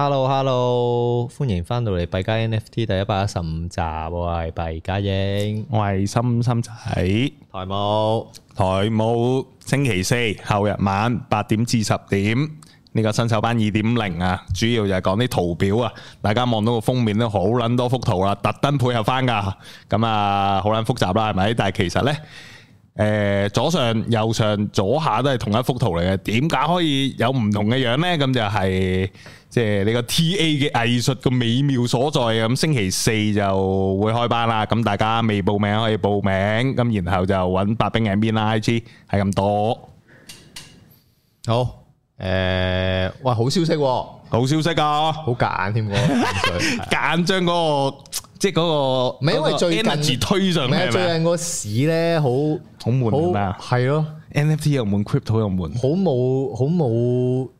Hello，Hello，歡迎翻到嚟幣加 NFT 第一百一十五集，我係幣加英，我係心心仔，台冇台務星期四後日晚八點至十點，呢個新手班二點零啊，主要就係講啲圖表啊，大家望到個封面都好撚多幅圖啦，特登配合翻噶，咁啊好撚複雜啦，係咪？但係其實呢。誒、左上、右上、左下都係同一幅圖嚟嘅，點解可以有唔同嘅樣呢？咁就係即係你個 T.A. 嘅藝術個美妙所在咁星期四就會開班啦，咁大家未報名可以報名，咁然後就揾白兵 M 邊啦，I.G 係咁多。好，誒、喂，好消息喎、好消息啊！ 好夾硬添喎，淡水間將嗰個即係嗰個唔係因為最近嗰個 energy 推上唔係啊嚟，最係咪近個市咧好好悶係咪好啊係咯， ？NFT 又悶，crypto 又悶。好冇好冇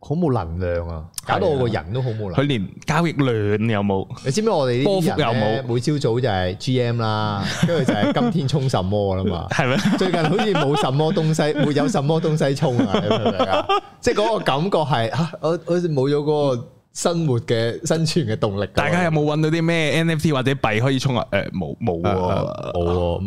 好冇能量啊，搞到我個人都好冇能佢。連交易量有冇？你知唔知我哋呢波幅啲人咧又每朝早就係 GM 啦，跟住就係今天衝什麼啦嘛。係咪？最近好似冇什麼東西，沒有什麼東西衝啊！你明唔明 啊？即係嗰個感覺係啊，我好似冇咗嗰個生活嘅 生存嘅動力咁。大家有冇揾到啲咩 NFT 或者幣可以衝啊？呃誒冇冇 喎，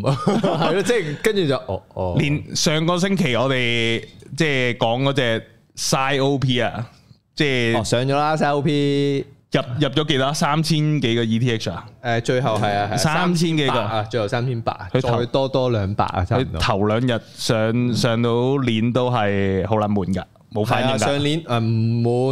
冇喎，係咯，即係跟住就哦哦，啊連上個星期我哋即係講嗰只 SIOP 啊，即哦係上咗啦，CLP 入入咗幾多三千幾個 ETH 啊？誒最後係啊，係啊三千幾個3800啊，最後三千八，佢投再多多兩百啊，差唔佢多。頭兩日上上到鏈都係好撚悶㗎，冇係反應啊，㗎上。年誒唔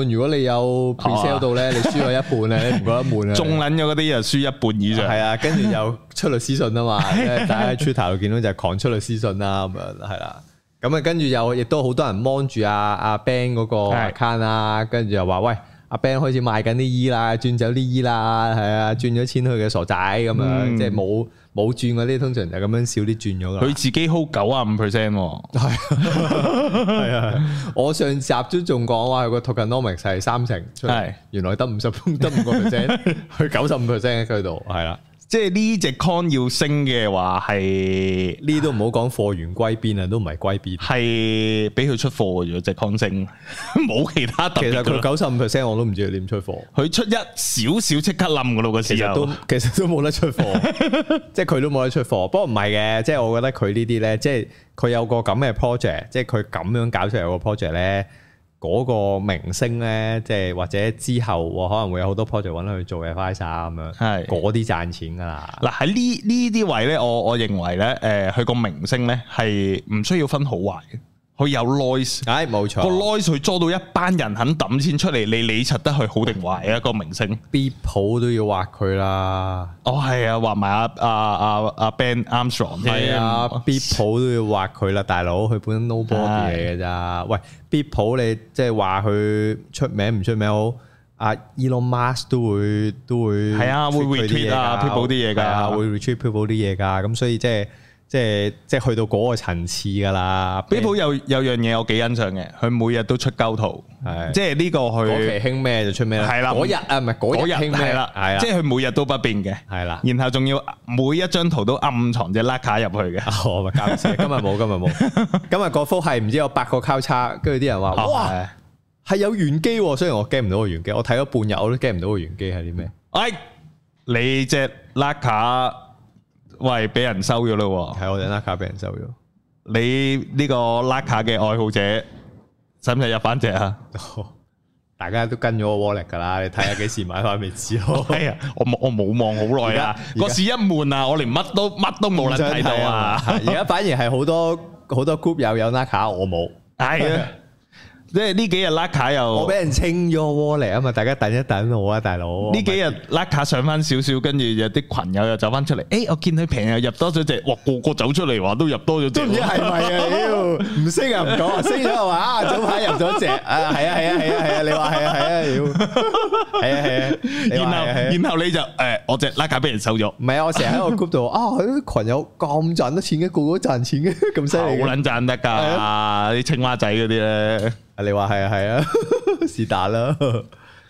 滿，如果你有 pre sale 到咧，你輸咗一半咧，你唔覺得悶啊？哦 中撚咗嗰啲就輸一半以上。係啊，跟住又出律師信啊嘛，即 係大家喺 Twitter 度見到就係狂出律師信啦，咁樣係啦。咁啊，跟住又亦都好多人 mon 住阿啊阿 Ben 嗰個係 account 啦，跟住又話喂，阿 Ben 開始賣緊啲衣啦，轉走啲衣啦，係啊，轉咗錢去嘅傻仔咁樣，嗯即係冇冇轉嗰啲，通常就咁樣少啲轉咗噶啦 佢。自己 hold 九啊五 percent 喎，係啊，我上集都仲講話佢個 tokenomics 係三成出嚟係，原來得五十 得五個 percent，去九十五 percent 喺佢度，係啦。即係呢只 con 要升嘅話係呢都唔好講貨源歸邊啊，都唔係歸邊。係俾佢出貨嘅啫，只 con 升 冇其他啊特其別實㗎佢啦九十五 percent 我都唔知佢點出貨，佢出一少少即刻冧噶咯個其市實都候，其實都冇得出貨， 即係佢都冇得出貨。不過唔係嘅，即係我覺得佢呢啲咧，即係佢有個咁嘅 project，即係佢咁樣搞出嚟有個 project 咧，嗰、個明星咧，即係或者之後我可能會有好多 project 揾佢做嘅 f i s a 咁樣，係嗰啲賺錢㗎啦。嗱喺呢呢啲位咧，我我認為咧，誒佢個明星咧係唔需要分好壞嘅，佢有 noise。唉、冇個錯 noise 佢捉到一班人肯抌錢出嚟，你理柒得佢好定壞啊？個明星， ，B 譜都要畫佢啦。哦係啊，話埋阿阿阿阿 Ben Armstrong 係啊添必普都要畫佢啦，大佬，佢本身 nobody 嚟嘅咋？喂必普你即係話佢出名唔出名好？阿 Elon Musk 都會都會係啊會 tweet 佢啲嘢 retweet 啊㗎必普啲嘢㗎係啊會 retweet 必普啲嘢㗎，咁所以即係即係即係去到嗰個層次㗎啦。比普有有樣嘢我幾欣賞嘅，佢每日都出鳩圖，係即係呢個嗰佢期興咩就出咩啦，係啦嗰日啊唔係嗰日興咩係啦啦，，係啊，即係佢每日都不變嘅，係啦。 然後仲要每一張圖都暗藏隻拉卡入去嘅，我哦咪搞笑，今日冇，今日冇， 今日嗰幅係唔知有八個交叉，跟住啲人哦話：啊哇！係係有玄機喎，雖然我 get 唔到個玄機，我睇咗半日我都 get 唔到個玄機係啲咩？哎，你只拉卡喂俾人收咗咯係我哋拉卡俾人收咗，喎，你呢個拉卡嘅愛好者使唔使入翻 只啊？。大家都跟咗我 wallet 噶啦，你睇下幾時買翻未知咯哎呀，我冇我冇望好耐啦啊而，家個市一悶啊，我連乜都乜都 冇啦睇到啊！係而家反而係好多好多 group 友有拉卡，我冇， 係啊，即係呢幾日拉卡我又俾。人清咗 wallet 啊嘛，大家等一等我啊，大佬。呢幾日拉卡上翻少少，跟住有啲群友又走翻出嚟。嗯誒、我見佢平又入多咗隻，哇！個個走出嚟話都入多咗隻都唔知喎。係咪啊？ 屌，唔識啊，唔講啊，識咗又話啊，早排入咗隻啊，係啊係啊係啊係啊，你話係啊係啊，屌，係啊係啊，你然話後係啊係啊。然後你就誒、我隻拉卡俾人收咗，唔係啊！我成日喺個 group 度啊，佢啲群友咁賺得錢嘅，個個都賺錢嘅，咁犀好利嘅。撚賺得啊㗎！啲青蛙仔嗰啲咧， 你話係啊係啊，是但啦。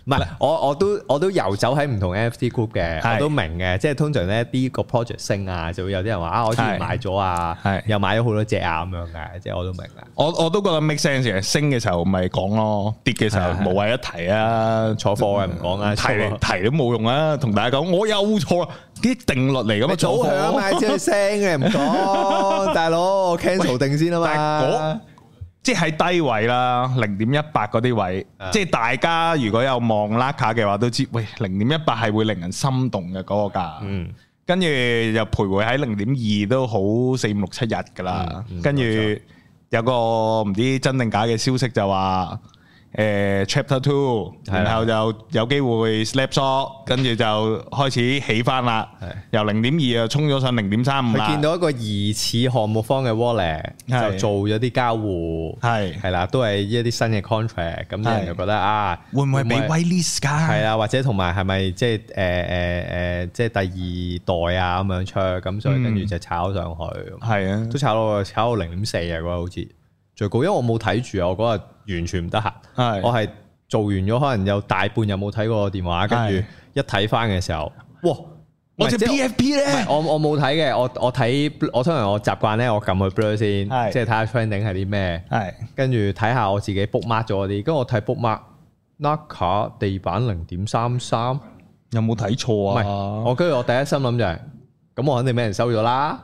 唔係，我我都我都游走喺唔同 NFT group 嘅，係我都明嘅。即係通常咧呢個 project 升啊，就會有啲人話啊，我之前係買咗啊係，又買咗好多隻啊咁樣嘅，即係我都明啦。我我都覺得 make sense 嘅，升嘅時候咪講咯，跌嘅時候係係無謂一提啊，坐貨嘅唔講啊，提坐嚟提都冇用啊，同大家講我有錯啦，啲定律嚟噶嘛，你早坐貨響啊 買先聲嘅唔講，大佬我 cancel 定先啊但係嗰嘛。即係低位啦，零點一八嗰啲位啊，即係大家如果有望拉卡嘅話，都知喂零點一八係會令人心動嘅嗰個價，嗯，跟住又徘徊喺零點二都好四五六七日㗎啦嗯嗯，跟住冇有個唔知真定假嘅消息就話誒 Chapter Two，係啦然後就有機會 slap shot，跟住就開始起翻啦係，由零點二又衝咗上零點三五佢啦，見到一個疑似項目方嘅 wallet 係就做咗啲交互，係係啦，都係一啲新嘅 contract，咁啲人係就覺得啊，會唔會俾啊 white list 㗎？係啊啦，或者同埋係咪即係誒誒誒，即係第二代啊咁樣出，咁嗯所以跟住就炒上去，係啊。都炒到炒到零點四啊嗰日好似最高，因為我冇睇住啊，我嗰日完全唔得閒，係我係做完咗可能有大半日冇睇過電話，跟係住一睇翻嘅時候，哇！我唔隻係即係 PFP 唔咧 係，我我冇睇嘅，我我睇我通常我習慣咧，我撳去 blur 先，係即係睇下 trending 係啲咩，係跟住睇下我自己 bookmark 咗嗰啲，跟住我睇 bookmark Naka 地板零點三三，唔有冇睇錯係啊？我跟住我第一心諗就係，咁我肯定俾人收咗啦，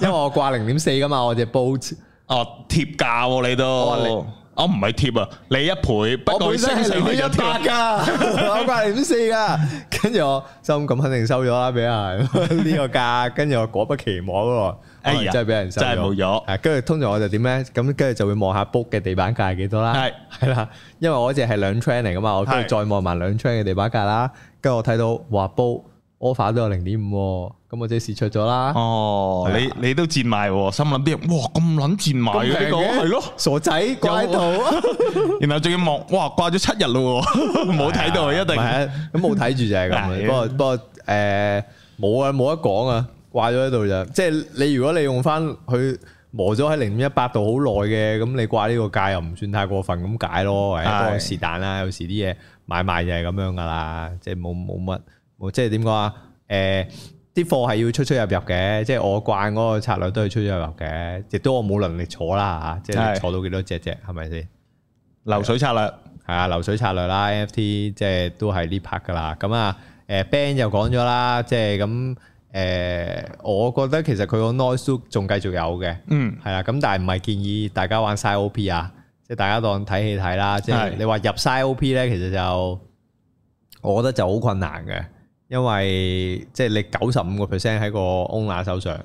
因為我掛零點四噶嘛，我隻 boat，哦，貼價喎你都，我話你我唔係貼啊，你一倍，不我本過佢身升係上零去點就一八貼。噶， 我掛零點四噶，跟住我心諗咁肯定收咗啦，俾 人呢個價，跟住我果不其然喎，哎呀可能真係俾人收真係冇咗啊跟住通常我就點咧？咁跟住就會望下 book 嘅地板價係幾多啦。係係啦，因為我嗰只係兩 train 嚟噶嘛，我跟係住再望埋兩 train 嘅地板價啦。跟住我睇到話 book offer 都有零點五，咁我即係試出咗啦。哦，係啊你你都賤賣喎，心諗啲人，哇咁撚賤賣嘅呢個，係咯，，傻仔掛喺度，然後仲要望，哇掛咗七日咯喎， 冇睇到一定唔係啊咁冇睇住就係咁啊。 係啊不過不過誒冇啊，冇得講啊，掛咗喺度就即係你如果你用翻佢磨咗喺零點一八度好耐嘅，咁你掛呢個價又唔算太過分咁解咯。誒，不過係是但啦，有時啲嘢買賣就係咁樣噶啦，即係冇冇乜冇即係點講啊？誒啲貨係要出出入入嘅，即係我慣嗰個策略都係出出入入嘅，亦都我冇能力坐啦嚇，即係係你坐到幾多隻啫，係咪先？流水策略，係啊，流水策略啦，NFT 即係都係呢 part 噶啦。咁啊，誒 Ben 又講咗啦，即係咁誒，我覺得其實佢個 noise 都仲繼續有嘅，嗯係啦。咁但係唔係建議大家玩 side OP 啊，即係大家當睇戲睇啦。即係係你話入 side OP 咧，其實就我覺得就好困難嘅，因為即係你九十五個 percent 喺個 owner 手上，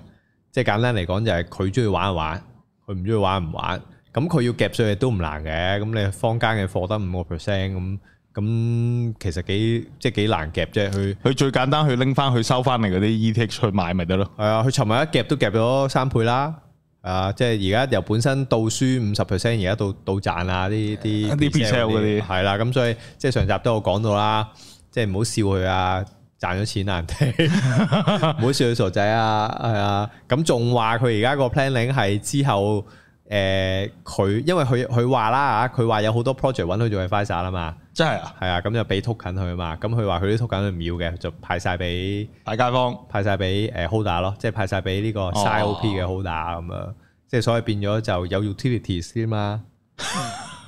即係簡單嚟講就係佢中意玩就玩。佢唔中意玩唔玩，咁佢要夾上去都唔難嘅。咁你坊間嘅貨得五個 percent 咁，咁其實幾即係幾難夾啫。佢佢最簡單去拎翻去收翻嚟嗰啲 ETH 去買咪得咯，係啊，佢尋日一夾都夾咗三倍啦。啊，即係而家由本身倒輸五十 percent，而家到到賺啊啲啲 啲 pre-sale 嗰啲係啦。咁所以即係上集都有講到啦，即係唔好笑佢啊，賺咗錢啊人哋， 唔好笑佢傻仔啊，係啊。咁仲話佢而家個 planning 係之後誒佢、因為佢佢話啦嚇，佢話有好多 project 揾佢做 advisor 啦嘛，真係啊，係啊，咁就俾 token 佢啊嘛。咁佢話佢啲 token 佢唔要嘅，就派晒俾。大街坊派晒俾誒 holder 咯，即係派晒俾呢個 side OP 嘅 holder 咁樣，即係所以變咗就有 utilities 添嘛，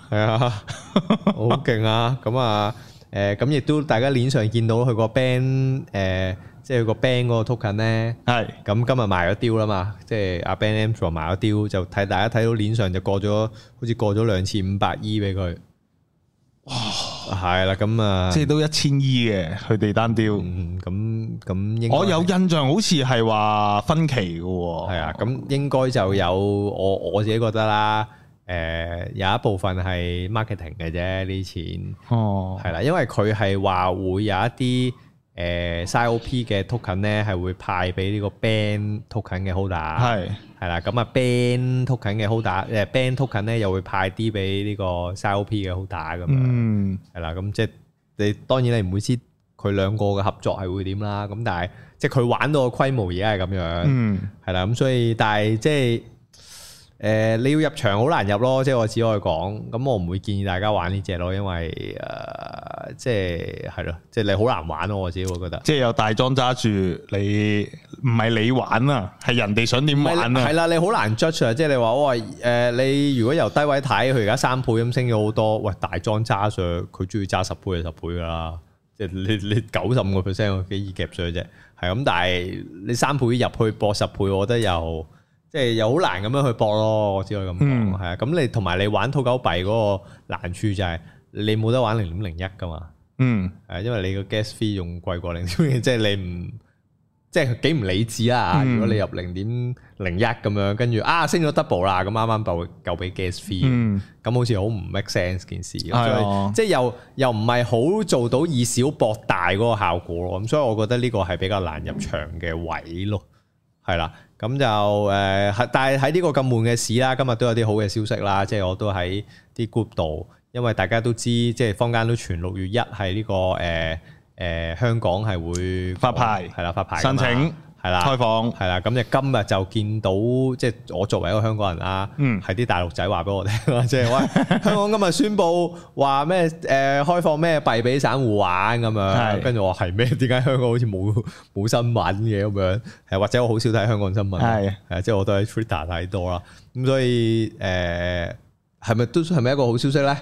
係啊，好勁啊！咁啊誒，咁亦都大家鏈上見到佢個 band 誒，即係佢個 band 嗰個 token 咧，係咁今日賣咗雕啦嘛，即係阿 Ben Amstron 賣咗雕，就睇大家睇到鏈上就過咗，好似過咗兩次五百 E 俾佢，哇，係啦，咁啊，即係都一千 E 嘅佢哋單雕。嗯咁咁應該我有印象好似係話分期嘅喎，係啊，咁應該就有我我自己覺得啦。誒、有一部分係 marketing 嘅啫，呢啲哦錢，係啦，因為佢係話會有一啲誒 side OP 嘅 token 咧，係會派俾呢個 band token 嘅 holder，係係啦，咁啊 band token 嘅 holder，誒 band token 咧又會派啲俾呢個 side OP 嘅 holder 咁樣，嗯，係啦、咁即係你當然你唔會知佢兩個嘅合作係會點啦，咁但係即係佢玩到個規模而家係咁樣。嗯，係啦，咁所以但係即係诶、你要入場好難入咯，即係我只可以講，咁我唔會建議大家玩呢只咯，因為诶、呃即係係咯，即係你好難玩咯，我自己會覺得。即係有大莊揸住你，唔係你玩啊，係人哋想點唔係玩啊係，啦，你好難 judge 啊！即係你話喂，誒、你如果由低位睇，佢而家三倍咁升咗好多，喂，大莊揸上，佢中意揸十倍就十倍噶啦，即係你你九十五個 percent 佢幾易夾上啫，係啊咁，但係你三倍入去搏十倍，我覺得又即係又好難咁樣去搏咯，我只可以咁講，嗯係啊、咁你同埋你玩土狗幣嗰個難處就係、你冇得玩零點零一噶嘛。嗯，誒，因為你個 gas fee 用貴過零點，即係你唔即係幾唔理智啦。嗯如果你入零點零一咁樣，跟住啊升咗 double 啦，咁啱啱夠夠俾 gas fee，嗯，咁好似好唔 make sense 件事，咁係所啊以即係又又唔係好做到以小博大嗰個效果咯。咁所以我覺得呢個係比較難入場嘅位咯，係啦。咁就誒、係但係喺呢個咁悶嘅市啦，今日都有啲好嘅消息啦，即係我都喺啲 group 度，因為大家都知，即係坊間都傳六月一係呢個誒誒、香港係會發牌係啦發牌㗎申嘛請係啦開放，係啦，咁就今日就見到，即係我作為一個香港人啦，嗯係啲大陸仔話俾我聽， 即係喂，香港今日宣布話咩誒開放咩幣俾散户玩咁樣，係跟住我話係咩？點解香港好似冇冇新聞嘅咁樣？係或者我好少睇香港新聞，係係即係我都喺 Twitter 睇多啦，咁所以誒係咪都係咪一個好消息咧？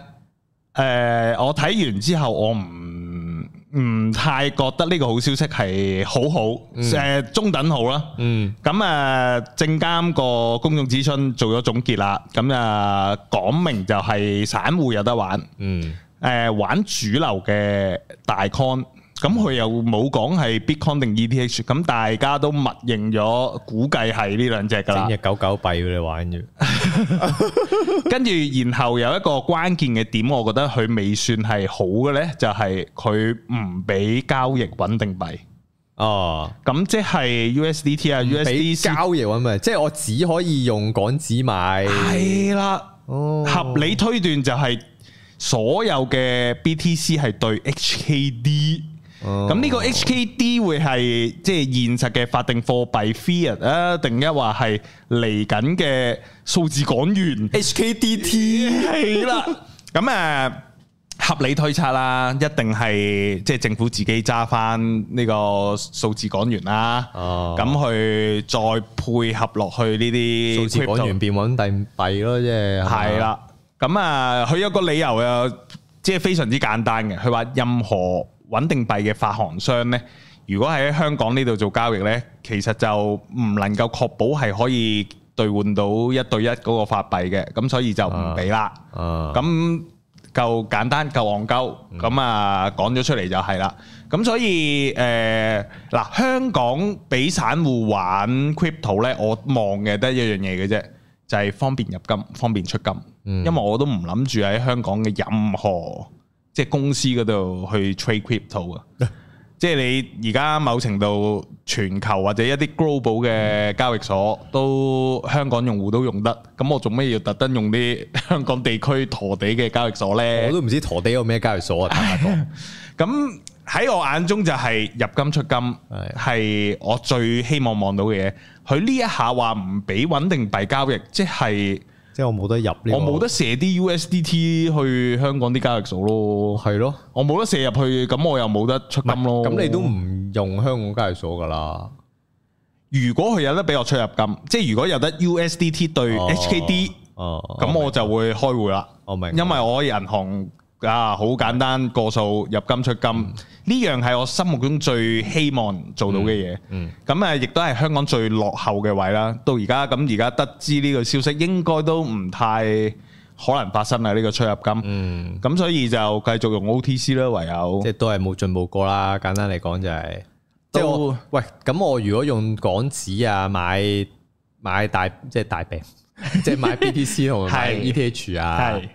诶、我睇完之後，我唔唔太覺得呢個好消息係好好，诶、中等好啦。嗯咁啊，證監個公眾諮詢做咗總結啦，咁啊講明就係散户有得玩，誒、嗯玩主流嘅大 con，咁佢又冇講係 Bitcoin 定 ETH，咁大家都默認咗，估計係呢兩隻㗎啦整。隻狗狗幣俾你玩住，跟住然後有一個關鍵嘅點，我覺得佢未算係好嘅呢，就係佢唔俾交易穩定幣，哦。咁即係 USDT 啊、俾 USDC 交易咁啊，即係我只可以用港紙買。 係啦。哦合理推斷就係所有嘅 BTC 係對 HKD，哦咁呢個 HKD 會係即係現實嘅法定貨幣 fiat 啊，定一話係嚟緊嘅數字港元 HKDT 係啦，咁誒。合理推測啦，一定係即係政府自己揸翻呢個數字港元啦，哦咁去再配合落去呢啲數字港 crypto 元變穩定幣咯，即係系，啦，咁啊，佢有個理由啊，即係非常之簡單嘅。佢話任何穩定幣嘅發行商呢，如果喺香港呢度做交易呢，其實就唔能夠確保係可以兑換到一對一嗰個法幣嘅，咁所以就唔俾啦。啊咁夠簡單夠戇鳩，咁啊講咗出嚟就係啦。咁所以誒嗱、香港俾散户玩 crypto 咧，我望嘅得一樣嘢嘅啫，就係、方便入金、方便出金。嗯因為我都唔諗住喺香港嘅任何即係公司嗰度去 trade crypto 啊。即係你而家某程度全球或者一啲 global 嘅交易所都香港用戶都用得，咁我做咩要特登用啲香港地區陀地嘅交易所我呢？都唔知陀地有咩交易所啊，坦白講，咁喺我眼中就係入金出金係係我最希望望到嘅嘢。佢呢一下話唔俾穩定幣交易，即係即係我冇得入呢個。我冇得射啲 USDT 去香港啲交易所咯，係咯，我冇得射入去，咁我又冇得出金咯。咁你都唔用香港交易所㗎啦，如果佢有得俾我出入金，即係如果有得 USDT 對哦 HKD，哦，咁、我就會開户啦。我明，因為我銀行啊好簡單過數入金出金，嗯呢樣係我心目中最希望做到嘅嘢。嗯咁啊，亦都係香港最落後嘅位啦。到而家咁，而家得知呢個消息，應該都唔太可能發生啦。呢、個出入金，咁、嗯，所以就繼續用 OTC 啦，唯有即係都係冇進步過啦。簡單嚟講就係，即係都我喂，咁我如果用港紙啊買買大即係大餅， 即係買 BTC 同埋係 ETH 啊係。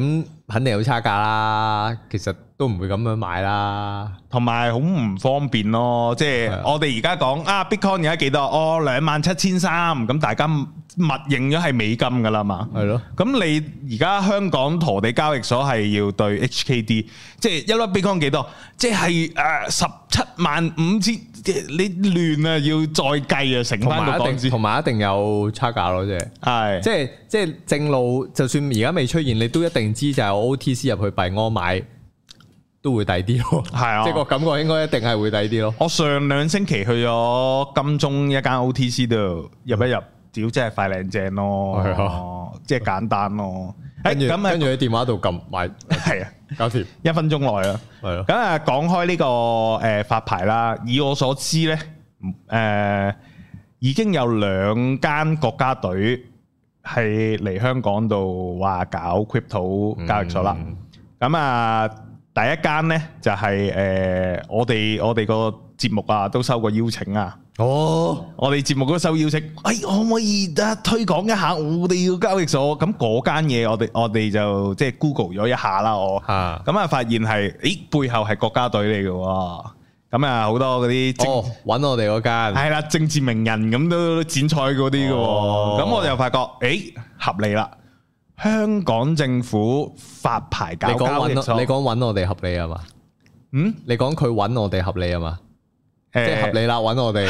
咁肯定有差價啦，其實都唔會咁樣買啦。同埋好唔方便咯，即係係啊我哋而家講啊，Bitcoin 而家幾多？哦，兩萬七千三，咁大家默認咗係美金噶啦嘛。係咯，咁你而家香港陀地交易所係要對 HKD，即係一粒 Bitcoin 幾多？即係誒十七萬五千你亂啊，要再計啊，乘同翻埋個一港定紙同埋一定有差價咯，即係。係即係即係正路，就算而家未出現，你都一定知就係 O T C 入去幣安買都會抵啲咯。係啊即係個感覺應該一定係會抵啲咯。我上兩星期去咗金鐘一間 OTC 度入一入，屌真係快靚正嗯係啊咯，即係簡單咯。誒跟住咁跟住啊，喺電話度撳買係啊，搞掂，一分鐘內啊。係咯。咁啊，講開呢個誒發牌啦，以我所知咧，誒已經有兩間國家隊係嚟香港度話搞 crypto 交易所啦。咁啊，第一間咧就係誒我哋我哋個節目啊都收過邀請啊。哦，我哋節目嗰收邀請，哎，可唔可以啊推廣一下我哋要交易所？咁嗰間嘢我哋我哋就即係 Google 咗一下啦，我嚇咁啊發現係，咦背後係國家隊嚟嘅喎，咁啊好多嗰啲政哦，揾我哋嗰間係啦政治名人咁都剪彩嗰啲嘅喎，哦咁我就發覺，誒合理啦，香港政府發牌搞你講交易揾所，我，你講揾我哋合理係嘛？嗯你講佢揾我哋合理係嘛？即係合誒理啦，揾 我哋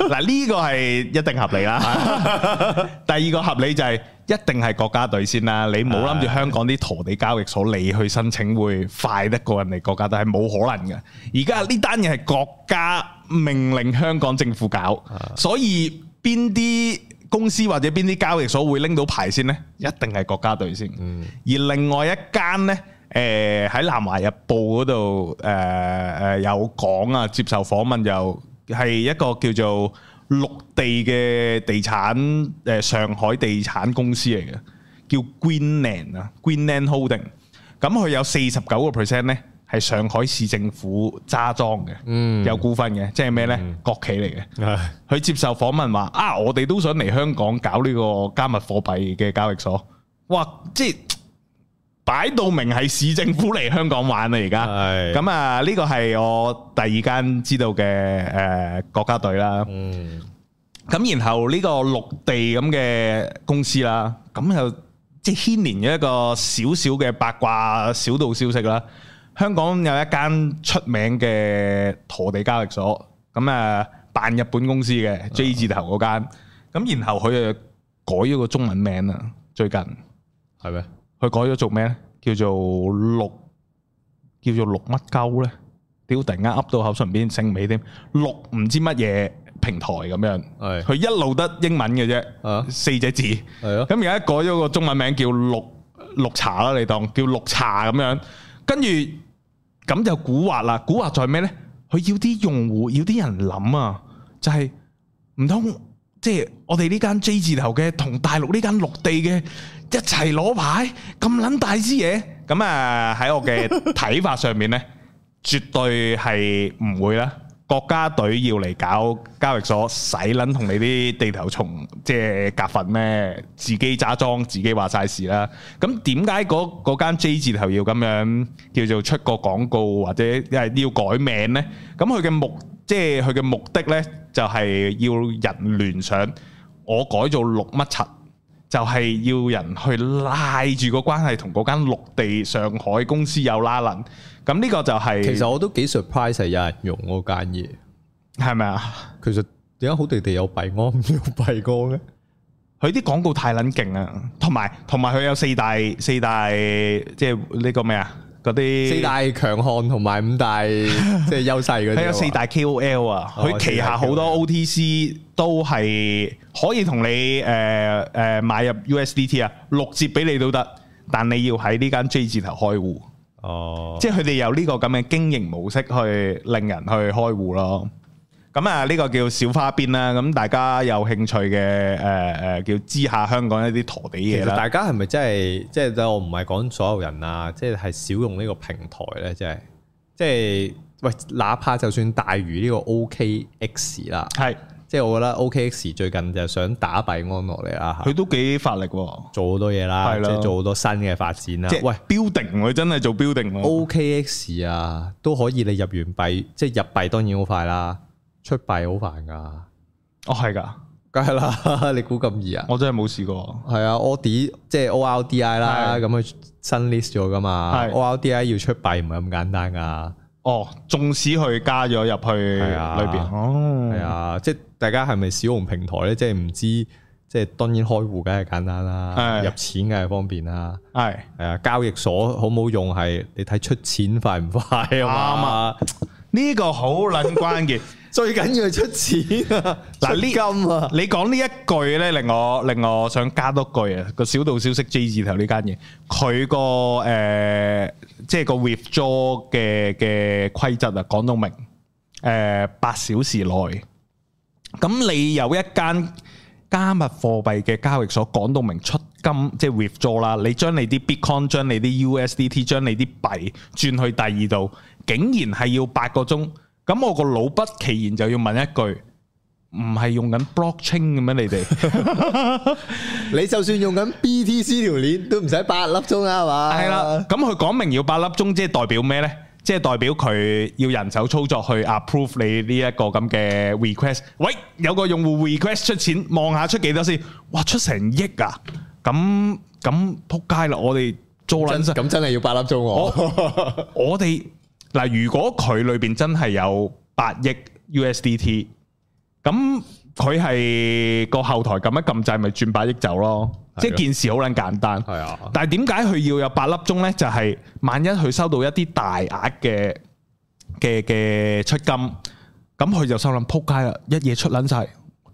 嗱呢個係一定合 理啦。 第二個合理就係一定係國家隊先啦，你冇諗住香港啲陀地交易所你去申請會快得過人哋國家隊係冇可能嘅。而家呢單嘢係國家命令香港政府搞，所以邊啲公司或者邊啲交易所會拎到牌先呢？一定係國家隊先。而另外一間呢。誒喺南華日報嗰度誒誒有講啊，接受訪問就係一個叫做陸地嘅地產誒、呃上海地產公司嚟嘅，叫 Greenland 啊，Greenland Holding。咁佢有四十九個 percent 咧係上海市政府揸莊嘅，嗯有股份嘅，即係咩咧？國企嚟嘅。佢接受訪問話：啊，我哋都想嚟香港搞呢個加密貨幣嘅交易所。哇！即係擺到明係市政府嚟香港玩啦，而家。係咁啊，呢個係我第二間知道嘅誒國家隊啦。嗯咁然後呢個陸地咁嘅公司啦，咁又即係牽連咗一個少少嘅八卦小道消息啦。香港有一間出名嘅陀地交易所，咁啊扮日本公司嘅 J 字頭嗰間，咁然後佢啊改咗個中文名啦，最近佢係咩？改咗做咩咧？叫做陸，叫做陸乜鳩咧？屌！突然間噏到口唇邊醒唔起添，陸唔知乜嘢平台咁樣。係佢一路得英文嘅啫，啊四隻字。係咯咁而家改咗個中文名叫綠綠茶啦，你當叫綠茶咁樣。跟住咁就古惑啦，古惑在咩呢？佢要啲用戶，要啲人諗啊，就係唔通即係我哋呢間 J 字頭嘅同大陸呢間綠地嘅一齊攞牌咁撚大支 嘢？咁啊喺我嘅睇法上面呢，絕對係唔會啦。國家隊要嚟搞交易所，使撚同你啲地頭蟲即係夾份咩？自己揸莊，自己話晒事啦。咁點解嗰嗰間 J 字頭要咁樣叫做出個廣告或者係要改名呢？咁佢嘅目即係佢嘅目的呢，就係要人聯想，我改做六乜柒。就係要人去拉住個關係同嗰間陸地上海公司有拉撚，咁呢個就係、其實我都幾 surprise 係有人用嗰間嘢。係咪啊？其實點解好地地有幣安唔要幣安嘅？佢啲廣告太撚勁啊！同埋同埋佢有四大四大即係呢個咩啊？嗰啲 四大強項同埋五大即 係優勢嗰啲啊嘛。佢有四大 KOL 啊！哦佢旗下好多 OTC 都係可以同你誒誒買入 USDT 啊，六折俾你都得，但你要喺呢間 J 字頭開戶，哦，即係佢哋有呢個咁嘅經營模式去令人去開戶咯。咁啊，呢個叫小花邊啦。咁大家有興趣嘅誒誒，叫知下香港一啲陀地其嘢實啦。大家係咪真係即係我唔係講所有人啊，即係係少用呢個平台咧，即係即係喂，哪怕就算大魚呢個 OKX 啦，係。即係我覺得 OKX 最近就想打幣安落嚟啦，佢都幾發力喎，做好多嘢啦，係即啦係做好多新嘅發展啦即。係啊喂哦喂。building，佢真係做 building 喎。 OKX 啊，都可以你入完幣，即係入幣當然好快啦，出幣好煩噶，哦係㗎，梗係啦， 你估咁易啊？我真係冇試過。係啊，OD 即係 ORDI 啦，係咁佢新 list 咗噶嘛係，ORDI 要出幣唔係咁簡單噶，哦，縱使佢加咗入去係啊裏邊，哦，係啊，即係大家係咪小紅平台咧？即係唔知，即係當然開户梗係簡單啦，係入錢梗係方便啦。係係啊，交易所好唔好用係你睇出錢快唔快啊嘛。呢個好撚關鍵。最緊要係出錢啊，嗱嗱呢呢 金啊，你講呢一句咧，令我令我想加多句啊！個小道消息 J 字頭呢間嘢，佢個誒即係個 withdraw 嘅嘅規則啊，講到明誒八、小時內。咁你有一間加密貨幣嘅交易所講到明出金，即係 withdraw 啦，你將你啲 bitcoin、將你啲 USDT、將你啲幣轉去第二度，竟然係要八個鐘。咁我個腦不其然就要問一句。唔係用緊 blockchain 嘅咩？你哋你就算用緊 BTC 條鏈都唔使八粒鐘啊啦，係嘛？係啦，咁佢講明要八粒鐘，即係代表咩呢？即係代表佢要人手操作去 approve 你呢一個咁嘅 request。喂，有個用戶 request 出錢，望下出幾多先？哇，出成億啊！咁咁撲街啦！我哋做撚真，晒。咁真係要八粒鐘 喎。我哋嗱，如果佢裏邊真係有八億 USDT，咁佢係個後台撳一撳掣，咪轉八億走咯。係即咯係件事好撚簡單。係啊但係點解佢要有八粒鐘呢？就係、萬一佢收到一啲大額嘅嘅嘅出金，咁佢就心諗撲街啦，一夜出撚晒，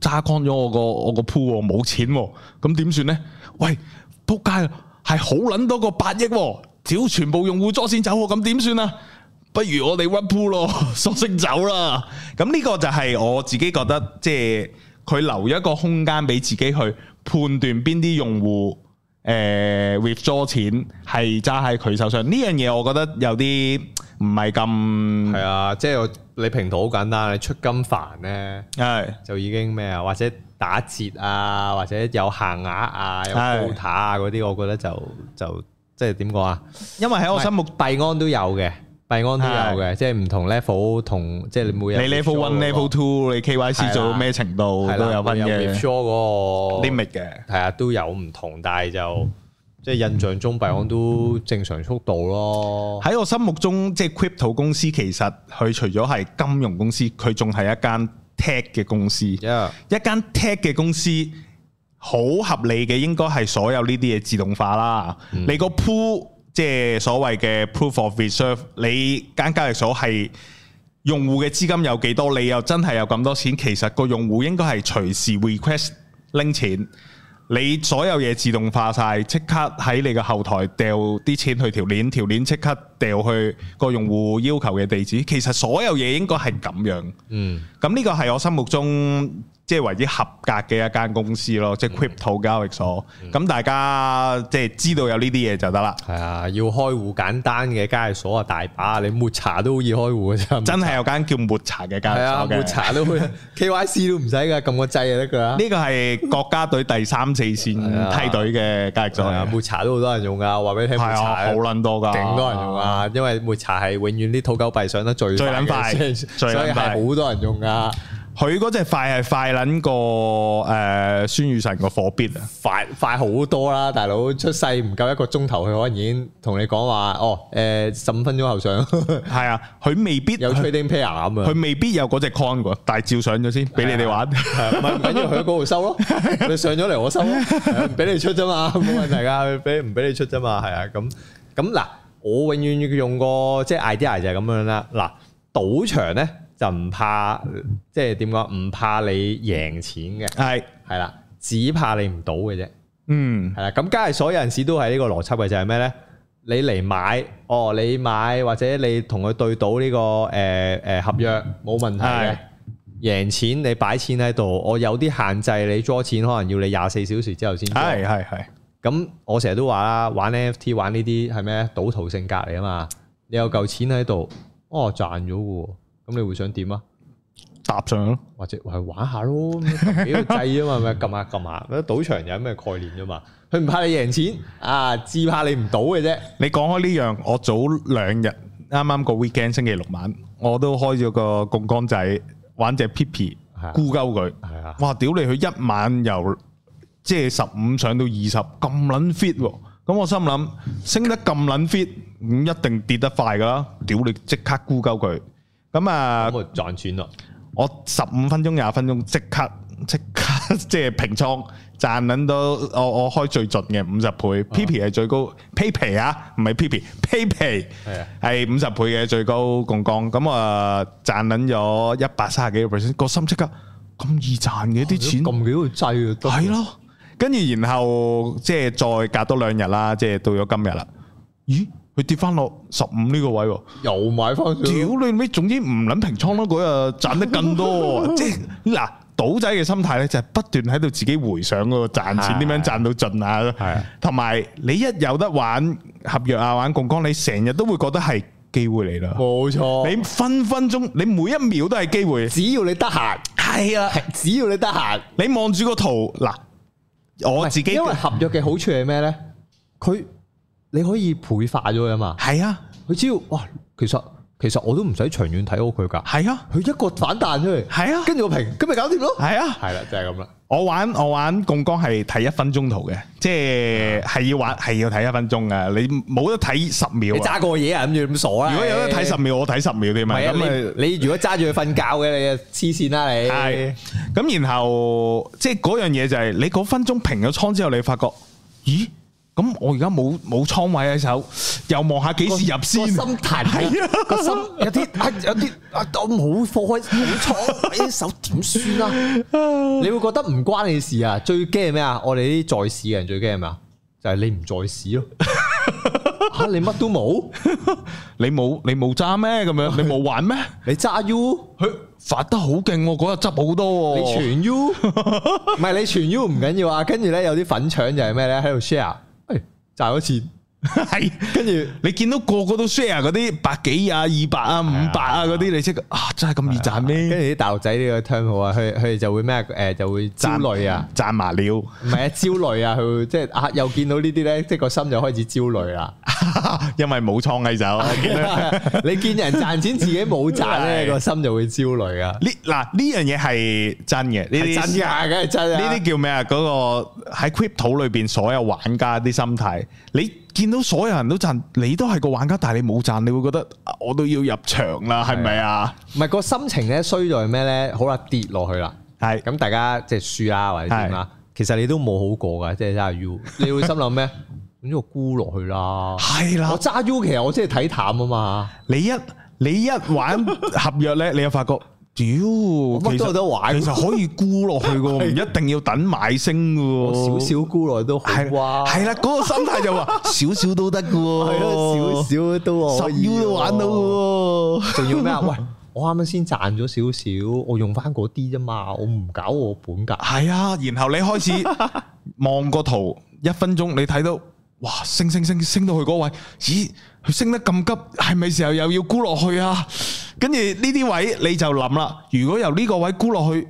揸乾咗我個我個 pool，喎冇錢喎，咁點算呢？喂，撲街啦，係好撚多個八億喎，屌全部用戶咗先走喎，咁點算啊？不如我哋 run pool 咯， 索性走啦。咁呢個就係我自己覺得，即係佢留一個空間俾自己去判斷邊啲用戶。誒、withdraw 錢係揸喺佢手上，呢樣嘢我覺得有啲唔係咁係啊，即係我你平台好簡單，你出金煩咧。係就已經咩啊，或者打折啊，或者有限額啊，有係 quota 啊嗰啲，我覺得就就即係點講啊？因為喺我心目目幣安都有嘅，幣安都有嘅，即係唔同 level 同即係你每你日 level one、level two，你係 KYC 啦做到咩程度都有分嘅 withdraw 嗰個 limit 嘅，係啊，都有唔同，但係就即係印象中幣安都正常速度咯。喺我心目中，即係 crypto 公司其實佢除咗係金融公司，佢仲係一間 tech 嘅公司。 Yeah，一間 tech 嘅公司好合理嘅，應該係所有呢啲嘢自動化啦。你個 pool 即係所謂嘅 proof of reserve，你間交易所係用戶嘅資金有幾多，你又真係有咁多錢，其實個用戶應該係隨時 request 拎錢。你所有嘢自動化晒，即刻喺你嘅後台掉啲錢去條鏈，條鏈即刻掉去個用戶要求嘅地址。其實所有嘢應該係咁樣。嗯，咁呢個係我心目中即係為之合格嘅一間公司咯，嗯即係 crypto 交易所。咁、大家即係知道有呢啲嘢就得啦。係啊，要開戶簡單嘅交易所啊，大把，你抹茶都好易開戶嘅啫。真係有間叫抹茶嘅交係啊，抹易所嘅。茶都會 KYC 都唔使噶，撳個掣就得噶啦。呢個係國家隊第三四線啊梯隊嘅交易所係啊，嚟嘅，抹茶都好多人用噶，話俾你聽，係抹啊，茶好撚多㗎，勁多人用啊，因為抹茶係永遠啲土狗幣上得最最嘅撚快所以最所撚以快係好多人用噶，佢嗰只快係快撚過誒孫宇晨個火必啊！快快好多啦，大佬出世唔夠一個鐘頭，佢可能已經同你講話，哦，誒十五分鐘後上 係啊，佢未必有佢 trading pair 咁啊。未必有嗰只 con 喎，但係照上咗先俾你哋玩。係唔係唔緊要，佢喺嗰度收咯。你上咗嚟我收咯，係啊唔俾你出啫嘛，冇問題噶。佢俾唔俾你出啫嘛，係啊。咁咁嗱，我永遠用個即係 idea 就係咁樣啦。嗱，賭場咧就唔怕，即係點講？唔怕你贏錢嘅，係，係啦，只怕你唔賭嘅啫。嗯，係啦，咁交易所有陣時都係呢個邏輯嘅，就係咩咧？你嚟買，哦，你買或者你同佢對賭呢、個誒誒、呃合約冇問題嘅係，贏錢你擺錢喺度，我有啲限制，你 draw 錢可能要你廿四小時之後先 draw。係係係。咁我成日都話啦，玩 NFT 玩呢啲係咩？賭徒性格嚟啊嘛，你有嚿錢喺度，哦賺咗嘅喎，咁你會想點啊？搭上咯。或者係玩下咯，咁撳幾個掣啊嘛，咪撳下撳下。咁賭場有咩概念啫嘛？佢唔怕你贏錢啊，只怕你唔賭嘅啫。你講開呢樣，我早兩日啱啱個 weekend 星期六晚，我都開咗個槓桿仔玩只 Pipi，係啊沽鳩佢。係啊，哇！屌你，佢一晚由即係十五上到二十咁撚 fit 喎。咁我心諗升得咁撚 fit，咁一定跌得快噶啦，屌你即刻沽鳩佢。咁啊咁，咪賺錢咯。我十五分鐘廿分鐘即刻即刻 即係平倉賺撚到我我開最盡嘅五十倍啊 p p 係最高 p p 啊，唔係 p p p p 係啊係五十倍嘅最高槓桿，咁啊賺撚咗一百三十幾個 percent，個心即刻咁易賺嘅啲錢。咁幾好制啊，都係咯，跟住然後即係再隔多兩日啦，即係到咗今日啦。咦，佢跌翻落十五呢個位喎，又買翻少。屌你咩？總之唔撚平倉咯，嗰日賺得 更多喎。即係嗱，賭仔嘅心態咧就係不斷喺度自己回想嗰個賺錢點樣賺到盡啊，係同埋你一有得玩合約啊，玩槓桿，你成日都會覺得係機會嚟啦。冇錯。你分分鐘，你每一秒都係機會。只要你得閒，係啊，只要你得閒，你望住個圖嗱，我自己因為合約嘅好處係咩咧？佢你可以倍化咗佢啊嘛。係啊。佢只要哇，其實其實我都唔使長遠睇好佢㗎。系啊，佢一個反彈出嚟，係啊跟住個平，咁咪搞掂咯。系啊，係啦，就係咁啦。我玩我玩杠杆系睇一分鐘圖嘅，即係係要玩係要睇一分鐘啊！你冇得睇十秒你啊！揸過嘢啊，諗住咁傻啦。如果有得睇十唔秒，我睇十秒添啊！係啊？咁咁咪你你如果揸住佢瞓覺嘅，你啊黐線啦你。係啊咁，然後即係嗰樣嘢就係你嗰分鐘平咗倉之後，你發覺咦？咁我而家冇冇倉位喺手，又望下幾時入先個心騰啊係啊，個心有啲啊有啲啊，我冇貨開冇錯，啲哎手點算啊？ 你會覺得唔關你事啊？最驚係咩啊？我哋啲在市嘅人最驚係咩啊？就係你唔在市 咯。吓你乜都冇，你冇你冇揸咩咁樣？你冇玩咩？你揸 U，佢發得好勁喎，嗰日執好多你喎。 全 U，唔係你全 U 唔緊要啊。跟住咧有啲粉腸就係咩咧喺度 share，誒賺咗錢，係跟住你見到個個都 share 嗰啲百幾啊、二百啊、五百啊嗰啲，你即刻啊，真係咁易賺跟住咩？啲大陸仔呢個 term 好啊，佢佢哋就會咩誒就會焦慮啊。賺麻了，唔係啊，焦慮啊，佢會即係啊，又見到呢啲咧，即係個心就開始焦慮 啦。 因為冇倉喺 手。見到你見人賺錢自己冇賺咧，係個心就會焦慮啊。呢嗱呢樣嘢係真嘅，呢係啲真㗎，梗係真啊。呢啲叫咩啊？嗰個喺 crypto 裏邊所有玩家啲心態，你見到所有人都賺，你都係個玩家，但係你冇賺，你會覺得啊我都要入場啦，係咪啊？唔係個心情咧衰在係咩咧？好啦，跌落去啦，係咁大家即係輸啦或者點啦，其實你都冇好過㗎，即係揸 U，你會心諗咩？咁我沽落去啦。係啦我，揸 U 其實我即係睇淡啊嘛，你一你一 玩合約咧，你又發覺，屌，乜其都有實得玩啊其。實可以沽落去 嘅，唔一定要等買升我少嘅。少沽落去都好啊係哇，係啦，嗰個心 態就話少少都得嘅喎，係咯，少少都可哦十以 U 都喎玩到嘅喎。仲要 咩啊？喂，我啱啱先賺咗少少，我用翻嗰啲啫嘛，我唔搞我本噶。係啊，然後你開 始望個圖，一分鐘你睇到，哇，升升升升到去嗰位，咦，佢升得咁急，係咪時候又要沽落去啊？跟住呢啲位你就諗啦，如果由呢個位沽落去。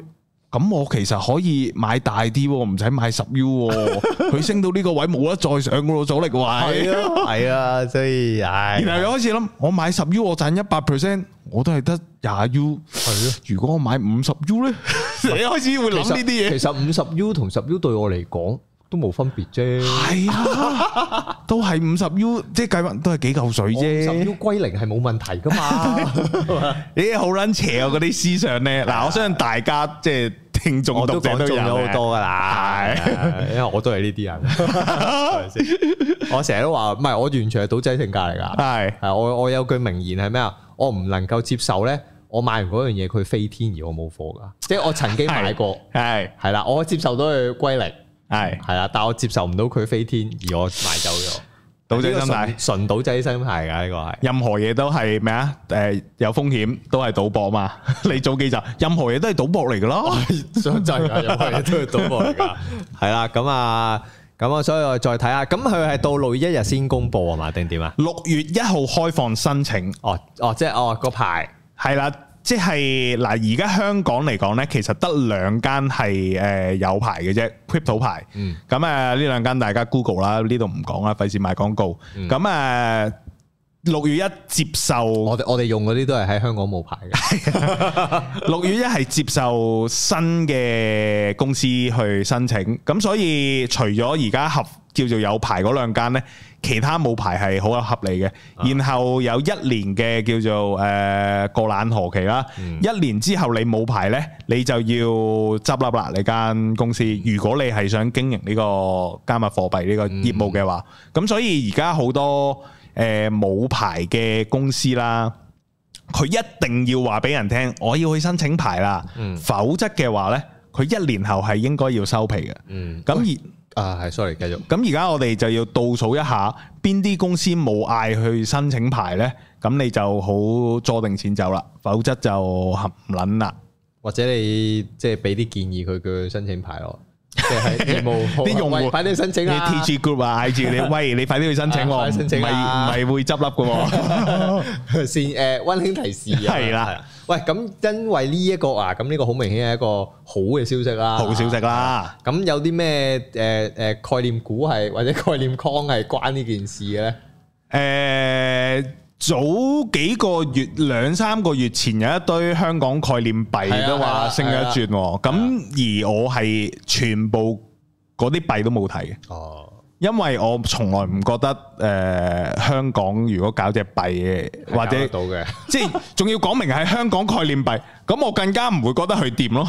咁我其實可以買大啲喎，唔使買十 U 喎。佢升到呢個位冇得再上噶咯，阻力位。啊，係啊，所以唉然後又開始諗，我買十 U 我賺一百 percent，我都係得廿 U。係咯。如果我買五十 U 咧， 你開始會其諗實呢啲嘢其。實五十 U 同十 U 對我嚟講都冇分別啫。係啊，都係五十 U，即係計翻都係幾嚿水十啫 U。歸零係冇問題噶 嘛。咦，好撚邪啊！嗰啲思想咧，嗱，我相信大家即係聽眾讀者都有嘅噶啦因為我都係呢啲人。係咪 先我成日都話，唔係我完全係賭仔性格嚟㗎。係係我我有句名言係咩啊？我唔能夠接受咧，我買完嗰樣嘢佢飛天而我冇貨㗎，即係我曾經買過，係係啦，我接受到佢歸零， 係係啦，但我接受唔到佢飛天而我賣走咗。賭仔心態呢個純純賭仔心態㗎呢個 係。任何嘢都係咩啊？誒，有風險都係賭博嘛。 你早幾集，任何嘢都係賭博嚟噶咯。想真噶，又係都係賭博嚟噶。系啦，咁啊，咁啊，所以我再睇下，咁佢係到六月一日先公布啊嘛，定點啊？六月一號開放申請。哦哦，即係哦個牌係啦，即係嗱，而家香港嚟講咧，其實得兩間係誒有牌嘅啫，crypto 牌。嗯咁誒呢兩間大家 Google 啦，呢度唔講啦，費事賣廣告。咁誒六月一接受，我哋我哋用嗰啲都係喺香港冇牌嘅，六月一係接受新嘅公司去申請。咁所以除咗而家合叫做有牌嗰兩間咧，其他冇牌係好合理嘅。然後有一年嘅叫做誒過冷河期啦，嗯一年之後你冇牌咧，你就要執笠啦你間公司。如果你係想經營呢個加密貨幣呢個業務嘅話，咁所以而家好多誒冇牌嘅公司啦。佢一定要話俾人聽，我要去申請牌啦，嗯否則嘅話呢，佢一年後係應該要收皮嘅。嗯，咁而啊系，sorry，繼續。咁而家我哋就要倒數一下，邊啲公司冇嗌去申請牌呢？咁你就好坐定錢走啦，否則就含撚啦。或者你即係俾啲建議佢，叫佢申請 牌咯，即係業務啲用戶喂快啲申請你啊！ TG Group 啊，IG 你喂你快啲去申請啊喎，快啲唔申請係唔啊係會執笠嘅 喎。先誒温馨提示啊，係啦啊。喂，咁因為呢一個啊，咁呢個好明顯係一個好嘅消息啦，好消息。啦，咁有啲咩誒誒概念股係或者概念康係關呢件事嘅咧？誒、早幾個月兩三個月前有一堆香港概念係幣啊都係話啊升咗一轉喎，咁、而我係全部嗰啲幣都冇睇嘅，哦，因為我從來唔覺得誒、香港如果搞隻幣嘅，或者到嘅，即係仲要講明係香港概念幣，咁我更加唔會覺得佢 掂咯。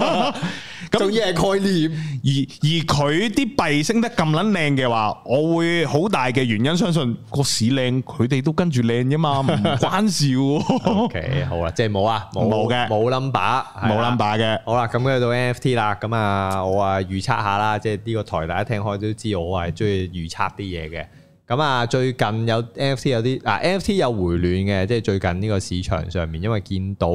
咁仲要係概 念。而而佢啲幣升得咁撚靚嘅話，我會好大嘅原因相信個市靚，佢哋都跟住靚 啫嘛，唔關事喎， OK，好啦，即係冇啊，冇嘅冇 number，係冇啦 number 嘅。好啦，咁去到 NFT 啦，咁啊，我啊預測下啦，即係呢個台大家聽開都知，我係中意預測啲嘢嘅。咁啊，最近有 NFT 有啲啊 NFT 有回暖嘅，即係最近呢個市場上面，因為見到